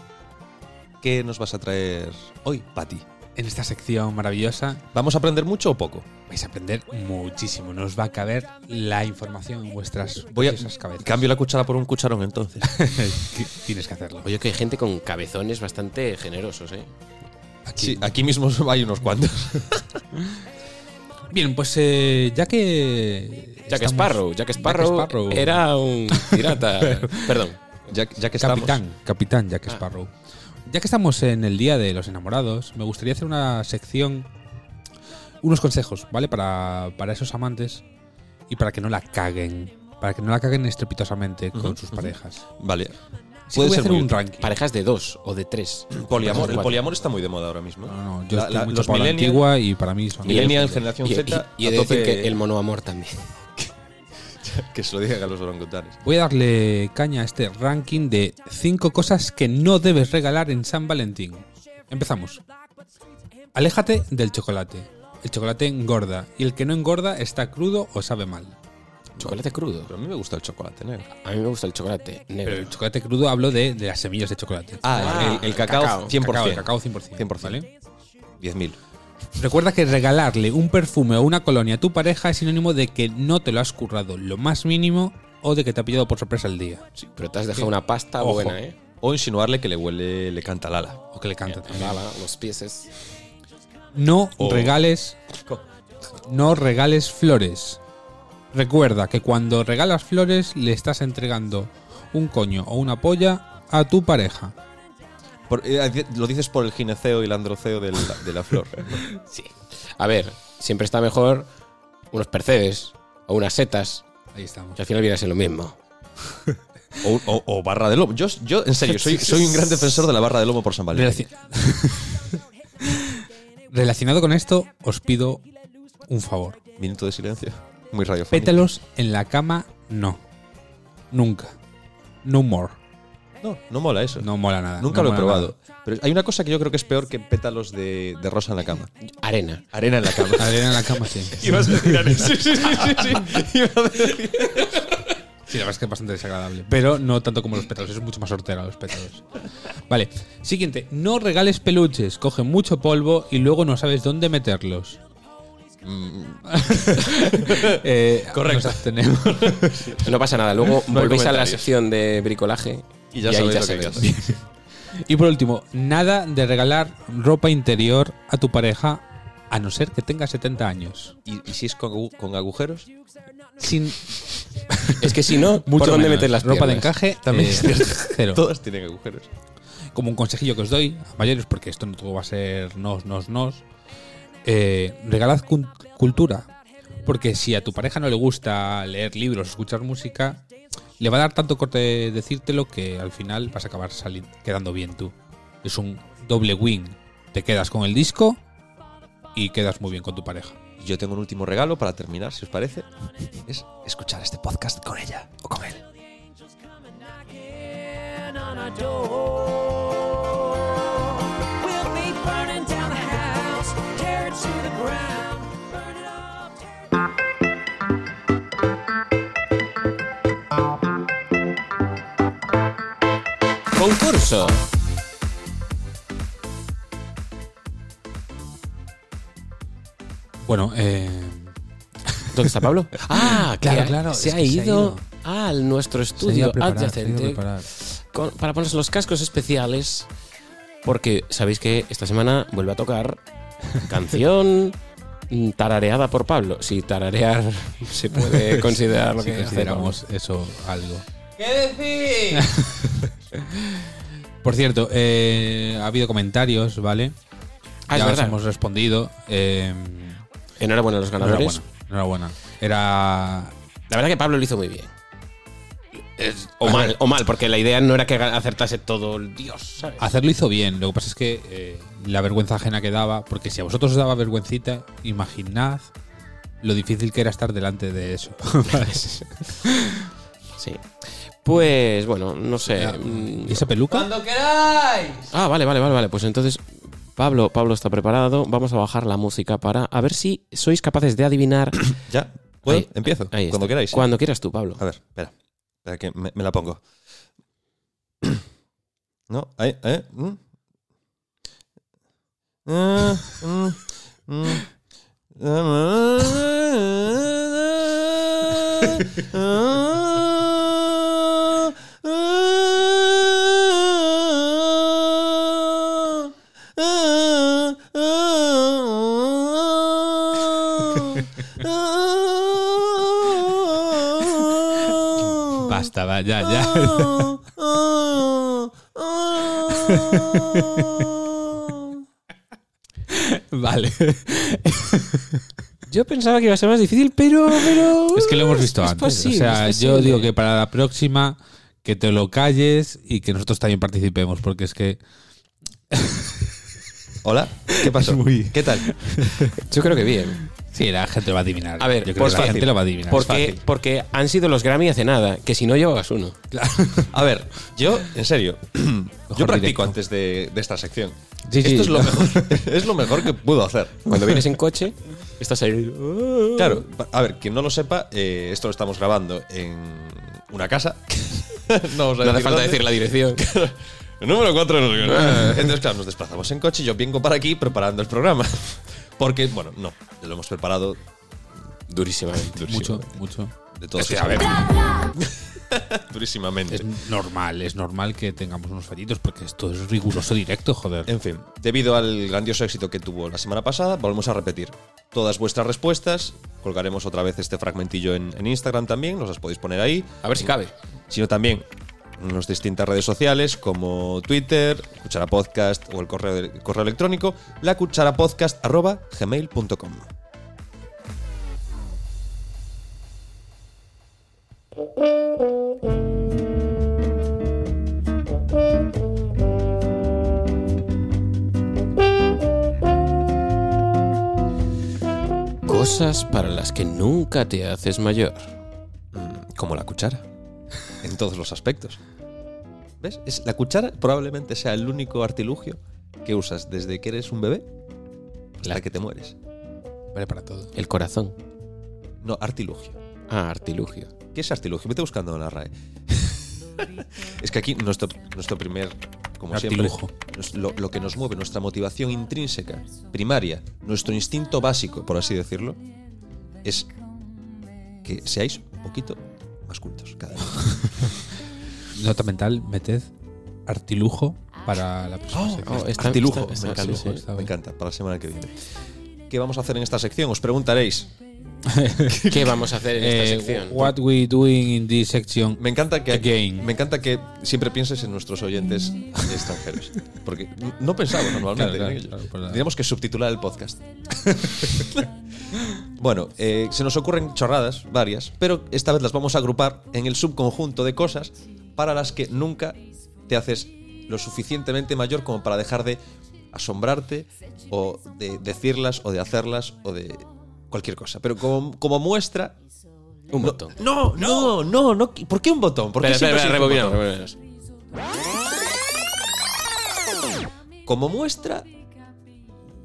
S3: ¿Qué nos vas a traer hoy, Pati?
S4: En esta sección maravillosa
S3: ¿Vamos a aprender mucho o poco?
S4: vais a aprender muchísimo. Nos va a caber la información en vuestras
S3: Voy a
S4: preciosas cabezas.
S3: cambio la cuchara por un cucharón entonces.
S4: Tienes que hacerlo.
S5: Oye, que hay gente con cabezones bastante generosos, ¿eh?
S3: Aquí, aquí mismo hay unos cuantos.
S4: Bien, pues eh, ya que.
S5: Jack
S4: estamos-
S5: Sparrow. Jack Sparrow,
S4: Sparrow.
S5: era un pirata. Perdón.
S3: Ya, ya que estamos. Ah.
S4: Capitán, capitán Jack Sparrow. Ya que estamos en el Día de los Enamorados, me gustaría hacer una sección, unos consejos, ¿vale? Para, para esos amantes y para que no la caguen. Para que no la caguen estrepitosamente con sus parejas.
S3: Vale.
S4: Sí,
S3: Puede
S4: voy a
S3: ser
S4: hacer
S3: muy
S4: un
S3: útil.
S4: ranking.
S5: Parejas de dos o de tres.
S3: Poliamor. El
S5: Cuatro.
S3: poliamor está muy de moda ahora mismo.
S4: No, no, yo
S3: La-
S4: estoy
S3: la-
S4: mucho
S3: los
S4: para la
S3: millennials-
S4: antigua y para mí son-
S3: Millennial, generación
S5: Y, y-
S3: Z.
S5: y he de
S3: a tope-
S5: decir que el monoamor también.
S3: que se lo digan a los orangutanes.
S4: Voy a darle caña a este ranking de 5 cosas que no debes regalar en San Valentín. Empezamos. Aléjate del chocolate. El chocolate engorda y el que no engorda está crudo o sabe mal.
S5: Chocolate crudo.
S3: Pero a mí me gusta el chocolate negro.
S5: A mí me gusta el chocolate
S4: Pero
S5: negro.
S4: el chocolate crudo hablo de, de las semillas de chocolate.
S5: Ah,
S3: Ah, el, el cacao,
S5: cacao,
S3: 100%.
S4: Cacao, cacao 100%.
S3: 100%.
S4: ¿vale?
S3: 10.000.
S4: Recuerda que regalarle un perfume o una colonia a tu pareja es sinónimo de que no te lo has currado lo más mínimo o de que te ha pillado por sorpresa el día.
S5: Sí, Pero te has dejado una pasta
S4: Ojo.
S5: buena, ¿eh?
S3: O insinuarle que le huele, le canta Lala.
S4: O que le canta también.
S5: Lala, los pieses.
S4: No
S3: O-
S4: regales no regales flores. Recuerda que cuando regalas flores le estás entregando un coño o una polla a tu pareja.
S3: Por- eh, lo dices por el gineceo y el androceo del- de la, flor.
S5: Sí. A ver, siempre está mejor unos percebes o unas setas,
S4: Ahí estamos.
S5: que al final viene a ser lo mismo.
S3: o, o- o barra de lomo. Yo, yo, en serio, soy, soy un gran defensor de la barra de lomo por San Valentín.
S4: Relaci- Relacionado con esto, os pido un favor.
S3: Minuto de silencio. Muy radiofónico.
S4: Pétalos en la cama, no. Nunca. No more.
S3: No, no mola eso.
S4: No mola nada.
S3: Nunca lo
S4: no
S3: he
S4: mola
S3: probado. Pero hay una cosa que yo creo que es peor que pétalos de, de rosa en la cama.
S5: Arena.
S3: Arena en la cama.
S4: nada. Arena en la cama, sí. Sí,
S3: Ibas a decir arena. Sí, sí, sí, sí, sí. Iba a decir-
S4: la verdad es que es bastante desagradable. Pero no tanto como los pétalos, es mucho más hortera los pétalos. Vale. Siguiente. No regales peluches. Cogen mucho polvo y luego no sabes dónde meterlos. Eh,
S3: Mm. Correcto.
S4: nos abstenemos.
S5: No pasa nada. Luego
S3: No hay
S5: volvéis a la
S3: comentarios.
S5: sección de bricolaje
S3: Y ya sabéis lo que hay que
S4: Y por último, nada de regalar ropa interior a tu pareja a no ser que tenga 70 años.
S3: ¿Y, y si es con, agu- con agujeros?
S4: Sin
S5: Es que si no, ¿por dónde
S4: menos.
S5: metes las
S4: ropa de
S5: piernas?
S4: encaje
S3: También
S4: eh,
S3: es cierto.
S4: cero.
S3: Todas tienen agujeros.
S4: Como un consejillo que os doy a mayores, porque esto no todo va a ser nos, nos, nos. eh, regalad cun- cultura. Porque si a tu pareja no le gusta leer libros, escuchar música, le va a dar tanto corte decírtelo que al final vas a acabar sali- quedando bien tú. Es un doble win. Te quedas con el disco y quedas muy bien con tu pareja.
S3: Y yo tengo un último regalo para terminar, si os parece. Es escuchar este podcast con ella o con él.
S6: knocking on our door. We'll be burning down the house, tear it to the ground, burn it all.
S5: ¡Concurso!
S4: Bueno, eh,
S5: ¿Dónde está Pablo? Ah,
S4: Claro,
S5: que
S4: claro,
S5: Se
S4: es
S5: ha
S4: que se ha
S5: ido
S4: ido.
S5: al nuestro estudio adyacente con- para ponerse los cascos especiales. Porque sabéis que esta semana vuelve a tocar canción mm, tarareada por Pablo. Si tararear se puede considerar lo
S4: Si
S5: que
S4: consideramos
S5: consideramos.
S4: eso algo.
S5: ¿Qué decís?
S4: Por cierto, eh, ha habido comentarios, ¿vale?
S5: Ah, es
S4: ya os
S5: verdad.
S4: hemos respondido. eh,
S5: Enhorabuena a los ganadores.
S4: enhorabuena, enhorabuena. Era.
S5: La verdad que Pablo lo hizo muy bien. Es- o mal, o mal, porque la idea no era que ga- acertase todo el Dios, ¿sabes?
S4: Hacerlo hizo bien. Lo que pasa es que eh, la vergüenza ajena que daba, porque si a vosotros os daba vergüencita, imaginad lo difícil que era estar delante de eso. ¿vale?
S5: Sí. Pues bueno, no sé. mm,
S4: ¿Y esa peluca?
S5: Ah, vale, vale, vale, vale. Pues entonces, Pablo, Pablo está preparado. Vamos a bajar la música para a ver si sois capaces de adivinar.
S3: ¿Ya? ¿Puedo?
S5: Ahí-
S3: Empiezo.
S5: Ahí
S3: cuando
S5: está.
S3: queráis.
S5: Cuando quieras tú, Pablo.
S3: A ver, espera. Espera que me, me la pongo. No, ahí, eh. mm. Eh, mm, mm.
S4: Basta, va, ya, ya.
S3: Ah, ah,
S4: Vale.
S5: Yo pensaba que iba a ser más difícil, pero. pero
S4: Es que lo hemos
S5: es-
S4: visto
S5: es
S4: antes.
S5: posible,
S4: o sea,
S5: es
S4: yo
S5: posible.
S4: digo que para la próxima que te lo calles y que nosotros también participemos, porque es que
S3: Hola, ¿qué pasó? ¿Qué tal?
S5: Yo creo que bien.
S4: sí, la gente lo va a adivinar.
S5: A ver,
S4: yo creo
S5: pues
S4: que la
S5: fácil.
S4: gente lo va a adivinar. es
S5: Porque,
S4: fácil.
S5: porque han sido los Grammy hace nada, que si no llevabas uno.
S3: A ver, yo, en serio, yo
S4: Mejor
S3: practico
S4: directo.
S3: antes de, de esta sección.
S4: Sí, sí.
S3: Esto es lo, mejor, es lo mejor que puedo hacer.
S5: Cuando vienes en coche, estás ahí.
S3: Claro, pa- a ver, quien no lo sepa, eh, esto lo estamos grabando en una casa. no os
S5: No hace falta decir la dirección.
S3: Número 4 Entonces, claro, nos desplazamos en coche. Yo vengo para aquí preparando el programa. Porque, bueno, no, lo hemos preparado
S5: Durísimamente.
S4: Mucho, mucho.
S3: de todos.
S4: Es que, a ver,
S3: durísimamente.
S4: es normal, es normal que tengamos unos fallitos, porque esto es riguroso directo, joder.
S5: Eh,
S3: En fin, debido al grandioso éxito que tuvo la semana pasada, volvemos a repetir todas vuestras respuestas. Colgaremos otra vez este fragmentillo en, en Instagram también, nos las podéis poner ahí,
S5: A ver si cabe.
S3: sino también en las distintas redes sociales como Twitter, Cuchara Podcast o el correo, el correo electrónico, lacucharapodcast.gmail.com.
S5: Cosas para las que nunca te haces mayor.
S3: Como la cuchara, en todos los aspectos. ¿Ves? Es, la cuchara probablemente sea el único artilugio que usas desde que eres un bebé hasta que te mueres.
S4: Vale para todo.
S5: El corazón.
S3: No, artilugio.
S5: Ah, artilugio.
S3: ¿Qué es artilugio? Vete buscando en la RAE. es que aquí nuestro, nuestro primer, como
S4: Artilujo.
S3: siempre, nos- lo, lo que nos mueve, nuestra motivación intrínseca, primaria, nuestro instinto básico, por así decirlo, es que seáis un poquito más cultos cada vez.
S4: Nota mental, meted artilujo para la próxima sección.
S5: Oh, está-
S3: Artilujo,
S5: está- está-
S3: me encanta,
S5: sí, sí.
S4: está
S3: me
S4: bien.
S3: encanta, para la semana que viene. ¿Qué vamos a hacer en esta sección? Os preguntaréis.
S5: ¿Qué vamos a hacer en esta
S4: Eh,
S5: sección?
S4: what we doing in this section.
S3: Me encanta que
S4: Again.
S3: me encanta que siempre pienses en nuestros oyentes extranjeros, porque no pensamos normalmente
S4: Claro,
S3: en
S4: claro,
S3: ellos.
S4: claro, por la-
S3: Teníamos que subtitular el podcast. bueno, eh, se nos ocurren chorradas varias, pero esta vez las vamos a agrupar en el subconjunto de cosas para las que nunca te haces lo suficientemente mayor como para dejar de asombrarte o de decirlas o de hacerlas o de cualquier cosa. Pero como, como muestra
S5: Un botón.
S3: no, no, no, no. ¿Por qué un botón? ¿Por qué
S5: Espera, espera,
S3: siempre se dice
S5: espera,
S3: un
S5: rebobinamos,
S3: botón?
S5: rebobinamos.
S3: Como muestra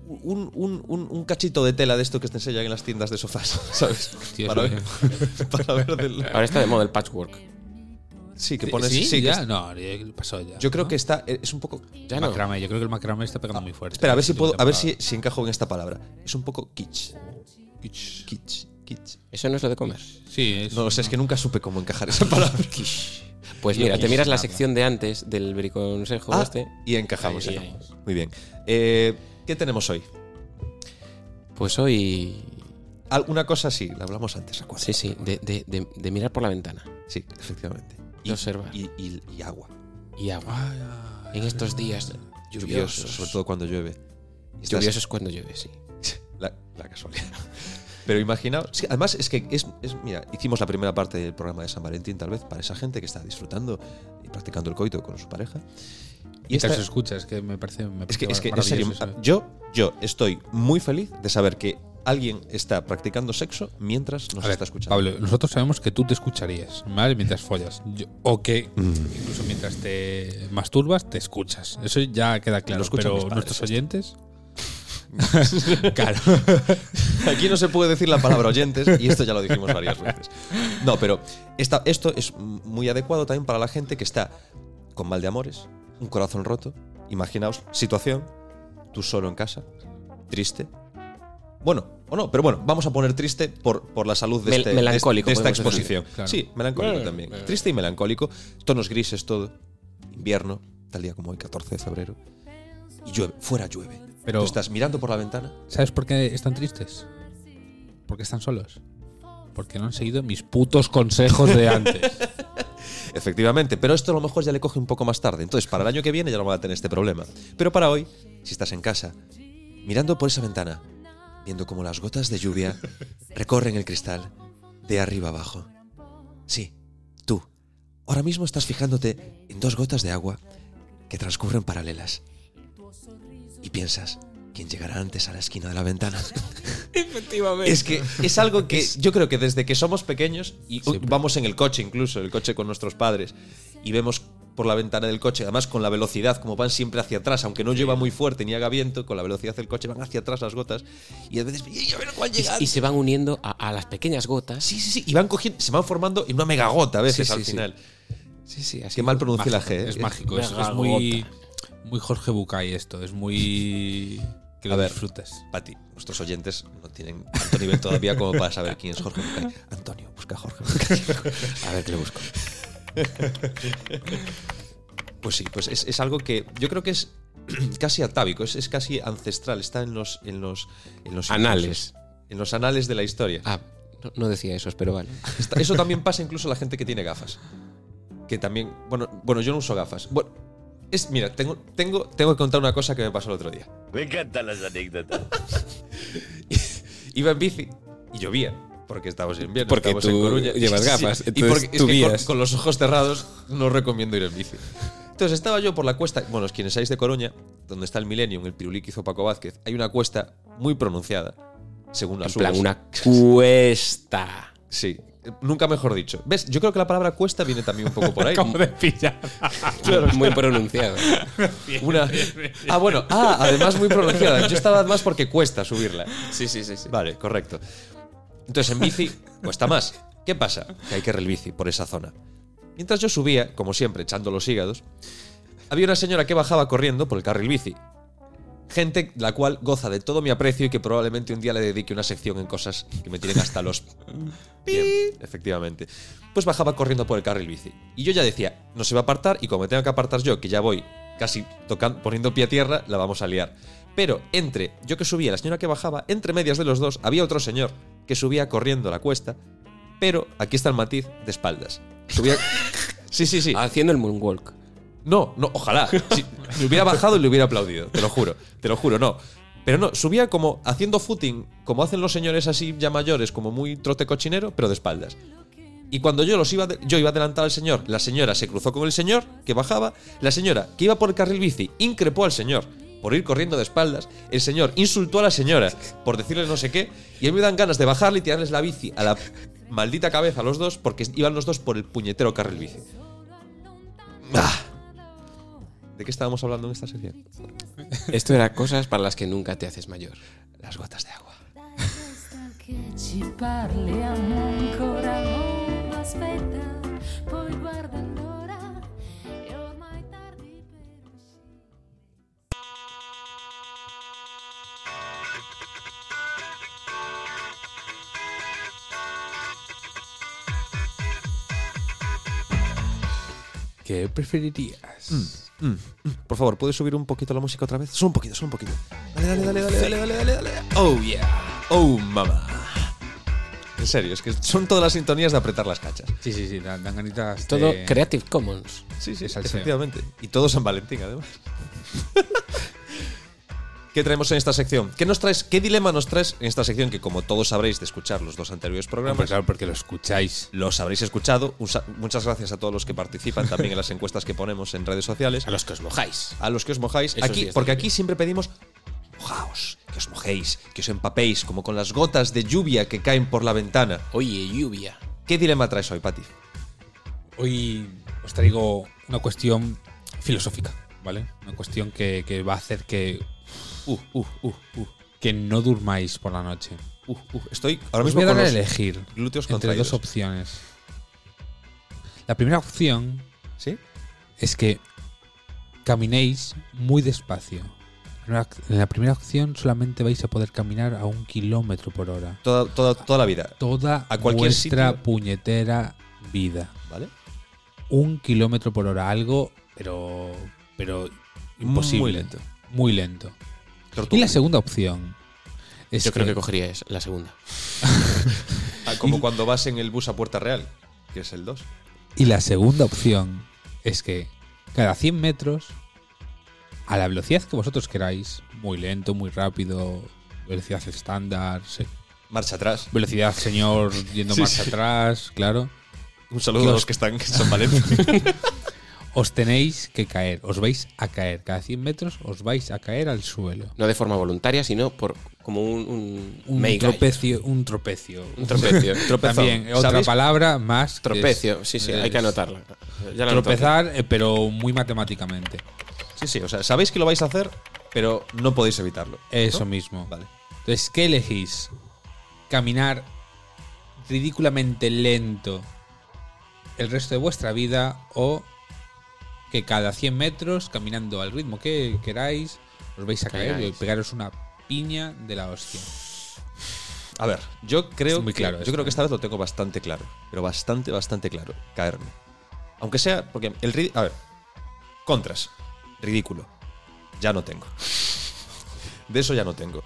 S3: un, un- un- un cachito de tela de esto que te enseñan en las tiendas de sofás, ¿sabes?
S4: Tío,
S3: para,
S4: es
S3: ver, para ver del-
S5: Ahora está de moda el patchwork.
S3: Sí, que pones.
S4: ¿Sí?
S3: sí, que
S4: ya,
S3: es-
S4: no, eh, pasó ya.
S3: yo creo
S4: ¿no?
S3: que está. eh, Es un poco.
S5: Ya no.
S4: Macramé, yo creo que el macramé está pegando muy fuerte.
S3: Espera, a ver si
S4: Esta
S3: puedo. A ver si,
S4: temporada.
S3: si encajo en esta palabra. Es un poco kitsch. Kitsch. Kitsch. Kitsch.
S5: Eso no es lo de comer.
S4: Sí, es-
S3: No lo sé, es que nunca supe cómo encajar esa palabra.
S5: Pues
S4: Yo
S5: mira, te
S4: quiche
S5: miras la
S4: nada.
S5: sección de antes del briconsejo
S3: Ah,
S5: este.
S3: y encajamos.
S5: Ahí, ahí,
S3: encajamos. Muy bien. Eh, ¿Qué tenemos hoy?
S5: Pues hoy.
S3: Alguna cosa así, la hablamos antes, ¿acuerdas?
S5: Sí, sí, de, de- de- de mirar por la ventana
S3: Sí, efectivamente.
S5: y observar.
S3: Y, y- y agua.
S5: Y agua. En estos días
S3: Lluvioso,
S5: lluviosos.
S3: sobre todo cuando llueve. Y estás-
S5: Lluviosos cuando llueve, sí.
S3: La, la casualidad. Pero imaginaos. sí, además, es que es, es- Mira, hicimos la primera parte del programa de San Valentín, tal vez, para esa gente que está disfrutando y practicando el coito con su pareja. Y esta-
S4: Mientras escuchas, que me parece. me
S3: es que,
S4: parece
S3: es que, en serio,
S4: maravilloso ¿eh?
S5: ¿eh?
S4: eso.
S3: yo, yo estoy muy feliz de saber que alguien está practicando sexo mientras nos
S4: A ver,
S3: está escuchando.
S4: Pablo, nosotros sabemos que tú te escucharías, ¿vale? Mientras follas. Yo- o que
S3: Mm.
S4: incluso mientras te masturbas, te escuchas. Eso ya queda claro.
S3: Lo escuchan
S4: pero
S3: mis padres,
S4: nuestros
S3: esto.
S4: oyentes. claro.
S3: Aquí no se puede decir la palabra oyentes y esto ya lo dijimos varias veces. No, pero esta- esto es muy adecuado también para la gente que está con mal de amores, un corazón roto. Imaginaos, situación, tú solo en casa, triste. Bueno, o no, pero bueno, vamos a poner triste por, por la salud de,
S5: Mel-
S3: este-
S5: melancólico,
S3: de esta
S5: podemos
S3: exposición.
S4: decir, claro.
S3: Sí, melancólico
S5: Bueno,
S3: también.
S5: bueno.
S3: Triste y melancólico, tonos grises todo, invierno, tal día como hoy, 14 de febrero. Y llueve, fuera llueve.
S4: Pero-
S3: Tú estás mirando por la ventana.
S4: ¿Sabes por qué están tristes? Porque están solos. Porque no han seguido mis putos consejos de antes.
S3: Efectivamente, pero esto a lo mejor ya le coge un poco más tarde. Entonces, para el año que viene ya no va a tener este problema. Pero para hoy, si estás en casa, mirando por esa ventana, viendo cómo las gotas de lluvia recorren el cristal de arriba abajo. Sí, tú, ahora mismo estás fijándote en dos gotas de agua que transcurren paralelas. Y piensas, ¿quién llegará antes a la esquina de la ventana?
S5: Efectivamente.
S3: Es que es algo que yo creo que desde que somos pequeños y
S4: Siempre.
S3: vamos en el coche incluso, el coche con nuestros padres y vemos por la ventana del coche, además con la velocidad, como van siempre hacia atrás, aunque no llueva muy fuerte ni haga viento, con la velocidad del coche van hacia atrás las gotas y a veces "Y a ver cuál llega".
S5: Y se van uniendo a, a las pequeñas gotas.
S3: Sí, sí, sí, y van cogiendo, se van formando en una megagota a veces
S5: Sí,
S3: al
S5: sí, sí.
S3: final.
S5: sí, sí, así.
S3: Qué mal pronuncié la G. ¿eh?
S4: Es mágico, es,
S5: Venga,
S4: es muy, muy Jorge Bucay esto, es muy... Que lo
S3: A ver.
S4: disfrutes.
S3: Pati, nuestros oyentes no tienen tanto nivel todavía como para saber quién es Jorge Bucay. Antonio, busca a Jorge Bucay.
S5: A ver qué le busco.
S3: Pues sí, pues es, es algo que yo creo que es casi atávico, es, es casi ancestral, está en los, en los, en los
S5: Anales.
S3: En los anales de la historia.
S5: Ah, no, no decía eso, pero vale.
S3: Está- eso también pasa incluso a la gente que tiene gafas. Que también, bueno, bueno, yo no uso gafas. Bueno, es, mira, tengo, tengo, tengo que contar una cosa que me pasó el otro día.
S1: Me encantan las anécdotas.
S3: Iba en bici y llovía. Porque estábamos en invierno.
S5: Porque
S3: estábamos
S5: tú
S3: en Coruña.
S5: llevas gafas,
S3: Y
S5: entonces
S3: porque es
S5: tú
S3: que con,
S5: guías.
S3: con los ojos cerrados no recomiendo ir en bici. Entonces estaba yo por la cuesta. Bueno, los quienes seáis de Coruña, donde está el Millennium, el pirulí que hizo Paco Vázquez, hay una cuesta muy pronunciada. Según la
S5: En plan, una cuesta.
S3: Sí. Nunca mejor dicho. ¿Ves? Yo creo que la palabra cuesta viene también un poco por ahí.
S4: Acabo de pillar.
S5: Muy pronunciado.
S3: Una- Ah, bueno. Ah, además muy pronunciada. Yo estaba además porque cuesta subirla.
S5: Sí, sí, sí. sí.
S3: Vale, correcto. Entonces en bici cuesta más. ¿Qué pasa? Que hay que ir el bici por esa zona. Mientras yo subía, como siempre, echando los hígados, había una señora que bajaba corriendo por el carril bici. Gente la cual goza de todo mi aprecio y que probablemente un día le dedique una sección en cosas que me tienen hasta los... Bien, efectivamente. Pues bajaba corriendo por el carril bici. Y yo ya decía, no se va a apartar y como me tenga que apartar yo, que ya voy casi tocando, poniendo pie a tierra, la vamos a liar. Pero entre yo que subía y la señora que bajaba, entre medias de los dos, había otro señor que subía corriendo la cuesta, pero aquí está el matiz de espaldas. Subía... Sí, sí, sí.
S5: Haciendo el moonwalk.
S3: No, no, ojalá. Si le hubiera bajado y le hubiera aplaudido, te lo juro, te lo juro, no. Pero no, subía como haciendo footing, como hacen los señores así ya mayores, como muy trote cochinero, pero de espaldas. Y cuando yo los iba, de- yo iba adelantado al señor, la señora se cruzó con el señor, que bajaba, la señora que iba por el carril bici, increpó al señor por ir corriendo de espaldas, el señor insultó a la señora por decirle no sé qué, y a mí me dan ganas de bajarle y tirarles la bici a la maldita cabeza a los dos, porque iban los dos por el puñetero carril bici. Ah. ¿De qué estábamos hablando en esta sección?
S5: Esto era cosas para las que nunca te haces mayor. Las gotas de agua.
S7: Resta che ci parliamo ancora, amore, aspetta, poi guarda allora, è ormai tardi per uscire.
S4: ¿Qué preferirías?
S3: Por favor, ¿puedes subir un poquito la música otra vez? Solo un poquito, solo un poquito. Dale, dale, dale, dale, dale, dale, dale, dale. Oh, yeah. Oh, mamá. En serio, es que son todas las sintonías de apretar las cachas.
S4: Sí, sí, sí, dan, dan ganitas
S5: Todo
S4: de-
S5: Creative Commons.
S3: Sí, sí,
S4: de salseo.
S3: efectivamente. Y todo San Valentín, además. ¿Qué traemos en esta sección? ¿Qué, nos traes, ¿Qué dilema nos traes en esta sección que, como todos sabréis de escuchar los dos anteriores
S4: Hombre,
S3: programas,
S4: claro, porque lo escucháis.
S3: los habréis escuchado? Un sa- Muchas gracias a todos los que participan también en las encuestas que ponemos en redes sociales.
S5: A los que os mojáis.
S3: a los que os mojáis.
S5: Esos
S3: Aquí,
S5: días
S3: porque
S5: de lluvia.
S3: aquí siempre pedimos mojaos, que os mojéis, que os empapéis, como con las gotas de lluvia que caen por la ventana.
S5: Oye, lluvia.
S3: ¿Qué dilema traes hoy, Pati?
S4: Hoy os traigo una cuestión filosófica, ¿vale? Una cuestión que, que va a hacer que,
S3: Uh, uh, uh, uh,
S4: que no durmáis por la noche.
S3: uh, uh. Estoy ahora
S4: Os
S3: mismo
S4: Pues voy a
S3: con
S4: dar a
S3: los
S4: elegir
S3: glúteos
S4: entre
S3: contraídos.
S4: dos opciones. La primera opción
S3: ¿Sí?
S4: es que caminéis muy despacio. En la- En la primera opción solamente vais a poder caminar a un kilómetro por hora.
S3: Toda, toda, toda la vida,
S4: Toda
S3: A cualquier
S4: vuestra
S3: sitio.
S4: puñetera vida.
S3: ¿vale?
S4: un kilómetro por hora, algo, pero, pero imposible.
S3: Muy lento.
S4: Muy lento.
S3: Tortuga.
S4: Y la segunda opción es
S5: Yo creo que cogería esa, la segunda.
S3: Ah, Como cuando vas en el bus a Puerta Real, que es el 2.
S4: Y la segunda opción es que cada 100 metros, a la velocidad que vosotros queráis, muy lento, muy rápido, velocidad estándar, se-
S3: Marcha atrás.
S4: velocidad señor yendo
S3: Sí,
S4: marcha
S3: sí.
S4: atrás, claro,
S3: Un saludo a
S4: Dios.
S3: los que están en San Valencia.
S4: os tenéis que caer, os vais a caer. Cada 100 metros os vais a caer al suelo.
S5: No de forma voluntaria, sino por como un, un,
S4: Un
S5: may guy.
S4: tropecio, un tropecio.
S5: Un tropecio.
S3: Tropezón.
S4: También, otra
S3: ¿Sabéis?
S4: palabra más. que
S5: tropecio,
S4: es-
S5: sí, sí,
S4: es
S5: hay que anotarla. Ya la anoto.
S4: Tropezar, eh, pero muy matemáticamente.
S3: Sí, sí, o sea, sabéis que lo vais a hacer, pero no podéis evitarlo.
S4: Eso
S3: ¿no?
S4: mismo.
S3: Vale.
S4: Entonces, ¿qué elegís? Caminar ridículamente lento el resto de vuestra vida o que cada 100 metros, caminando al ritmo que queráis, os vais a caer y
S5: Caigáis.
S4: pegaros una piña de la hostia.
S3: A ver, yo creo,
S4: Es muy
S3: que-
S4: claro
S3: yo
S4: esto,
S3: creo
S4: ¿eh?
S3: que esta vez lo tengo bastante claro, pero bastante, bastante claro, caerme. Aunque sea, porque el ri- a ver, contras, ridículo, ya no tengo. De eso ya no tengo.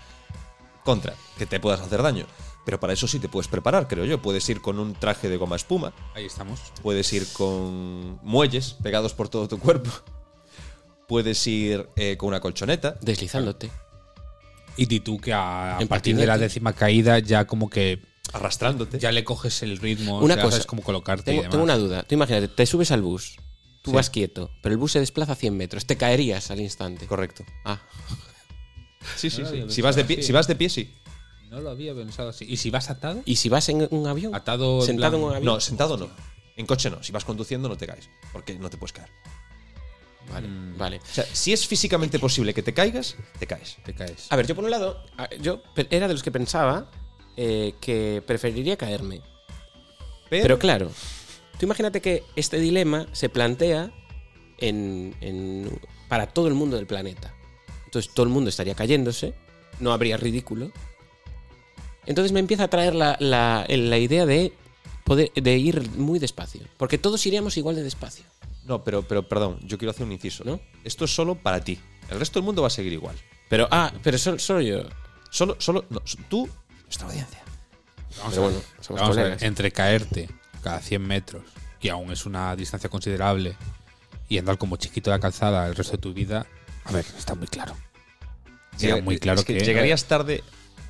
S3: Contra, que te puedas hacer daño, pero para eso sí te puedes preparar, creo yo. Puedes ir con un traje de goma espuma,
S4: Ahí estamos.
S3: puedes ir con muelles pegados por todo tu cuerpo, puedes ir eh, con una colchoneta,
S5: Deslizándote.
S4: Y Titu, que a, a
S5: En
S4: partir de la
S5: patinete.
S4: décima caída ya como que
S3: arrastrándote.
S4: ya le coges el ritmo,
S5: Una
S4: ya
S5: cosa.
S4: sabes cómo colocarte y
S5: Tengo,
S4: demás.
S5: tengo una duda. Tú imagínate, te subes al bus, tú vas quieto, pero el bus se desplaza 100 metros, te caerías al instante.
S3: Correcto.
S5: Ah,
S3: Sí, sí,
S4: No lo
S3: sí.
S4: había
S3: Si vas de
S4: pensado
S3: pie,
S4: así,
S3: si
S4: ¿eh?
S3: vas de pie sí.
S4: No lo había pensado así. ¿Y si vas atado?
S5: ¿y si vas en un avión?
S4: Atado en
S5: Sentado
S4: plan-
S5: en un avión.
S3: No, sentado no. En coche no. Si vas conduciendo no te caes, porque no te puedes caer.
S5: Vale, vale.
S3: O sea, si es físicamente posible que te caigas, te caes.
S4: Te caes.
S5: A ver, yo por un lado, a- yo pe- era de los que pensaba eh, que preferiría caerme.
S3: Pero,
S5: Pero claro, tú imagínate que este dilema se plantea en, en- para todo el mundo del planeta. Entonces todo el mundo estaría cayéndose, no habría ridículo. Entonces me empieza a traer la, la- la idea de, poder, de ir muy despacio, porque todos iríamos igual de despacio.
S3: no, pero, pero perdón, yo quiero hacer un inciso.
S5: ¿No?
S3: Esto es solo para ti. El resto del mundo va a seguir igual.
S5: Pero, ah, pero solo, solo yo.
S3: Solo, solo, no, so- tú, nuestra audiencia.
S4: Vamos
S5: Pero
S4: a ver.
S5: bueno, somos
S4: Vamos a ver,
S5: colegas.
S4: entre caerte cada 100 metros, que aún es una distancia considerable, y andar como chiquito de la calzada el resto de tu vida, a ver, está muy claro. Era
S3: Llega-
S4: muy claro
S3: eh, es que,
S4: que,
S3: llegarías tarde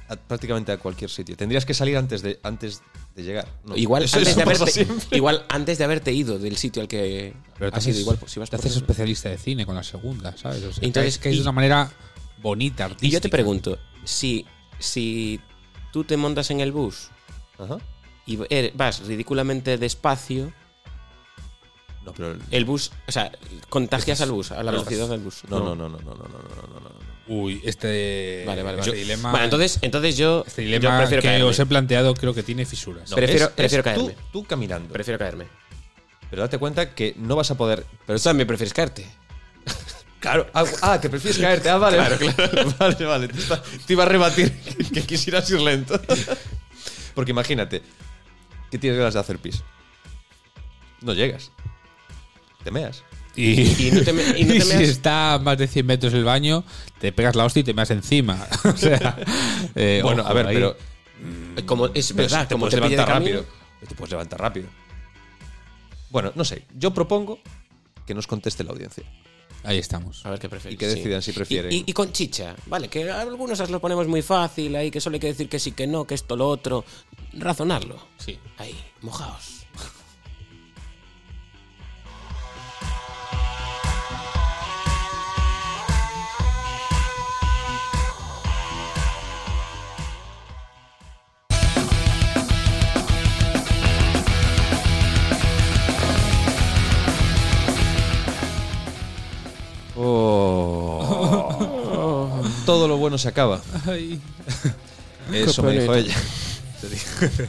S3: a- prácticamente a cualquier sitio. Tendrías que salir antes de antes de llegar. No,
S5: Igual
S3: eso-
S5: antes,
S3: eso
S5: de
S3: pasa
S5: haberte,
S3: siempre.
S5: igual antes de haberte ido del sitio al que
S4: Pero te
S5: has ido,
S4: haces-
S5: igual pues, si vas
S4: te
S5: por
S4: haces
S5: dentro.
S4: especialista de cine con la segunda, ¿sabes? O sea,
S5: Entonces,
S4: caes- caes
S5: y-
S4: de una manera bonita, artística.
S5: Y yo te pregunto, si, si tú te montas en el bus
S3: Ajá.
S5: y er- vas ridículamente despacio,
S3: No, pero el-
S5: el bus, o sea, contagias al bus, a la
S3: no,
S5: velocidad del bus.
S3: No, no, no, no, no, no, no, no, no, no.
S4: Uy, este,
S5: Eh, Vale, vale, vale.
S4: este dilema,
S5: Bueno, entonces, entonces yo,
S4: este
S5: yo
S4: dilema
S5: prefiero
S4: que
S5: caerme.
S4: os he planteado creo que tiene fisuras.
S3: No,
S5: Prefiero-
S3: es- es
S5: prefiero
S3: tú-
S5: caerme.
S3: tú caminando.
S5: Prefiero caerme.
S3: Pero date cuenta que no vas a poder.
S5: Pero tú también prefieres caerte.
S3: Claro. Ah, ah, que prefieres caerte. Ah, vale. Claro, claro. Vale, vale. Te, está- te iba a rebatir que, que quisieras ir lento. Porque imagínate que tienes ganas de hacer pis. No llegas. Te meas.
S4: Y,
S5: Y no te me- y no te
S4: y si
S5: meas.
S4: está a más de 100 metros el baño, te pegas la hostia y te meas encima. o sea, eh,
S3: bueno,
S4: ojo
S3: a ver,
S4: ahí.
S3: pero. Mm.
S5: Como, es
S3: pero
S5: verdad,
S3: te
S5: como
S3: puedes
S5: te pille de
S3: levantar
S5: camino,
S3: rápido. Te puedes levantar rápido. Bueno, no sé. Yo propongo que nos conteste la audiencia.
S4: Ahí estamos.
S3: Ah.
S5: A ver qué prefieres.
S3: Y que decidan si prefieren.
S5: Y, y- y con chicha, vale, que a algunos os lo ponemos muy fácil ahí, que solo hay que decir que sí, que no, que esto, lo otro. Razonarlo.
S4: Sí.
S5: Ahí, mojaos.
S3: Todo lo bueno se acaba. Eso me dijo ella. Te digo.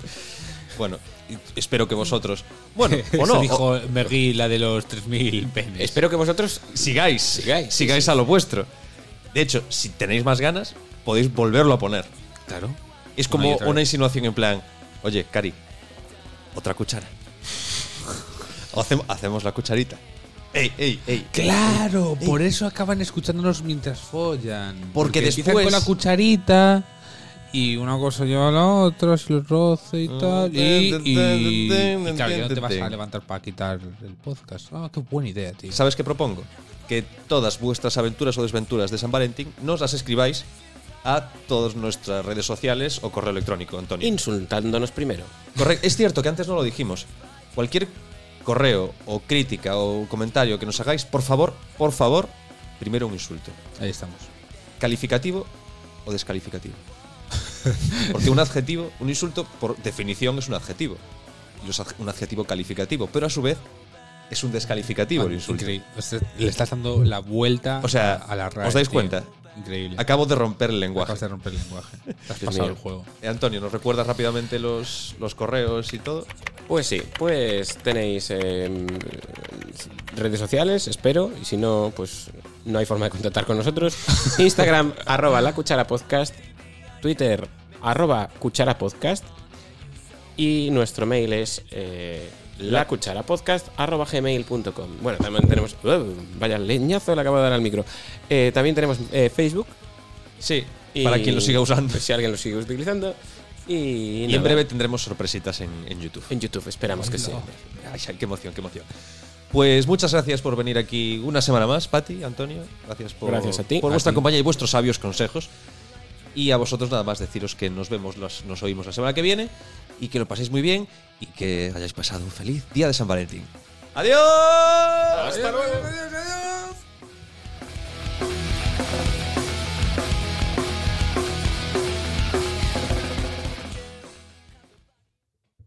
S3: bueno, y- espero que vosotros. Bueno, o
S4: Eso
S3: no. o-
S4: dijo Mergui, la de los 3.000 penes.
S5: Pues Espero que vosotros
S3: sigáis.
S5: Sigáis, sí,
S3: a lo vuestro. De hecho, si tenéis más ganas, podéis volverlo a poner.
S4: Claro.
S3: Es
S4: Una y
S3: como
S4: otra
S3: una
S4: vez.
S3: insinuación en plan: Oye, Cari, otra cuchara. O hacem- hacemos la cucharita. ¡Ey, ey, ey!
S4: Claro, por eso acaban escuchándonos mientras follan.
S3: Porque
S4: empiezan
S3: después-
S4: con la cucharita Y una cosa lleva a la otra, si los
S3: Ah,
S4: roce y tal. Y, y- y claro, ya no te vas a levantar para quitar el podcast. Ah, qué buena idea, tío.
S3: ¿Sabes qué propongo? Que todas vuestras aventuras o desventuras de San Valentín nos las escribáis a todas nuestras redes sociales o correo electrónico, Antonio.
S5: Insultándonos primero.
S3: Corre- Es cierto que antes no lo dijimos. Cualquier correo o crítica o comentario que nos hagáis, por favor, por favor, primero un insulto.
S4: Ahí estamos.
S3: ¿Calificativo o descalificativo? Porque un adjetivo, un insulto, por definición es un adjetivo. Y los adj- un adjetivo calificativo, pero a su vez es un descalificativo el
S4: Ah,
S3: insulto.
S4: increíble. O sea, le estás dando la vuelta
S3: O sea,
S4: a a la
S3: ¿os
S4: RAE,
S3: dais
S4: tío.
S3: cuenta?
S4: Increíble.
S3: Acabo de romper el lenguaje.
S4: Acabas de romper el lenguaje. Te has
S5: Dios
S4: pasado
S5: mío.
S4: el juego.
S3: Eh, Antonio, ¿nos recuerdas rápidamente los, los correos y todo?
S5: Pues sí, pues tenéis eh, redes sociales, espero, y si no, pues no hay forma de contactar con nosotros. Instagram, arroba la cuchara podcast, Twitter, arroba cuchara podcast, y nuestro mail es eh, la cuchara podcast, arroba gmail.com. Bueno, también tenemos... ¡Uah! vaya leñazo le acabo de dar al micro. Eh, también tenemos eh, Facebook.
S3: Sí,
S5: y- pues
S3: para quien lo siga usando.
S5: Si alguien lo sigue utilizando. Y,
S3: Y
S5: nada,
S3: en breve tendremos sorpresitas en, en YouTube.
S5: En YouTube, esperamos que sí.
S3: Ay, ay, qué emoción, qué emoción. Pues muchas gracias por venir aquí una semana más, Pati, Antonio. Gracias por,
S5: Gracias a ti.
S3: por
S5: A
S3: vuestra
S5: ti.
S3: compañía y vuestros sabios consejos. Y a vosotros nada más deciros que nos vemos, las- nos oímos la semana que viene y que lo paséis muy bien y que hayáis pasado un feliz día de San Valentín. ¡Adiós!
S5: Hasta luego.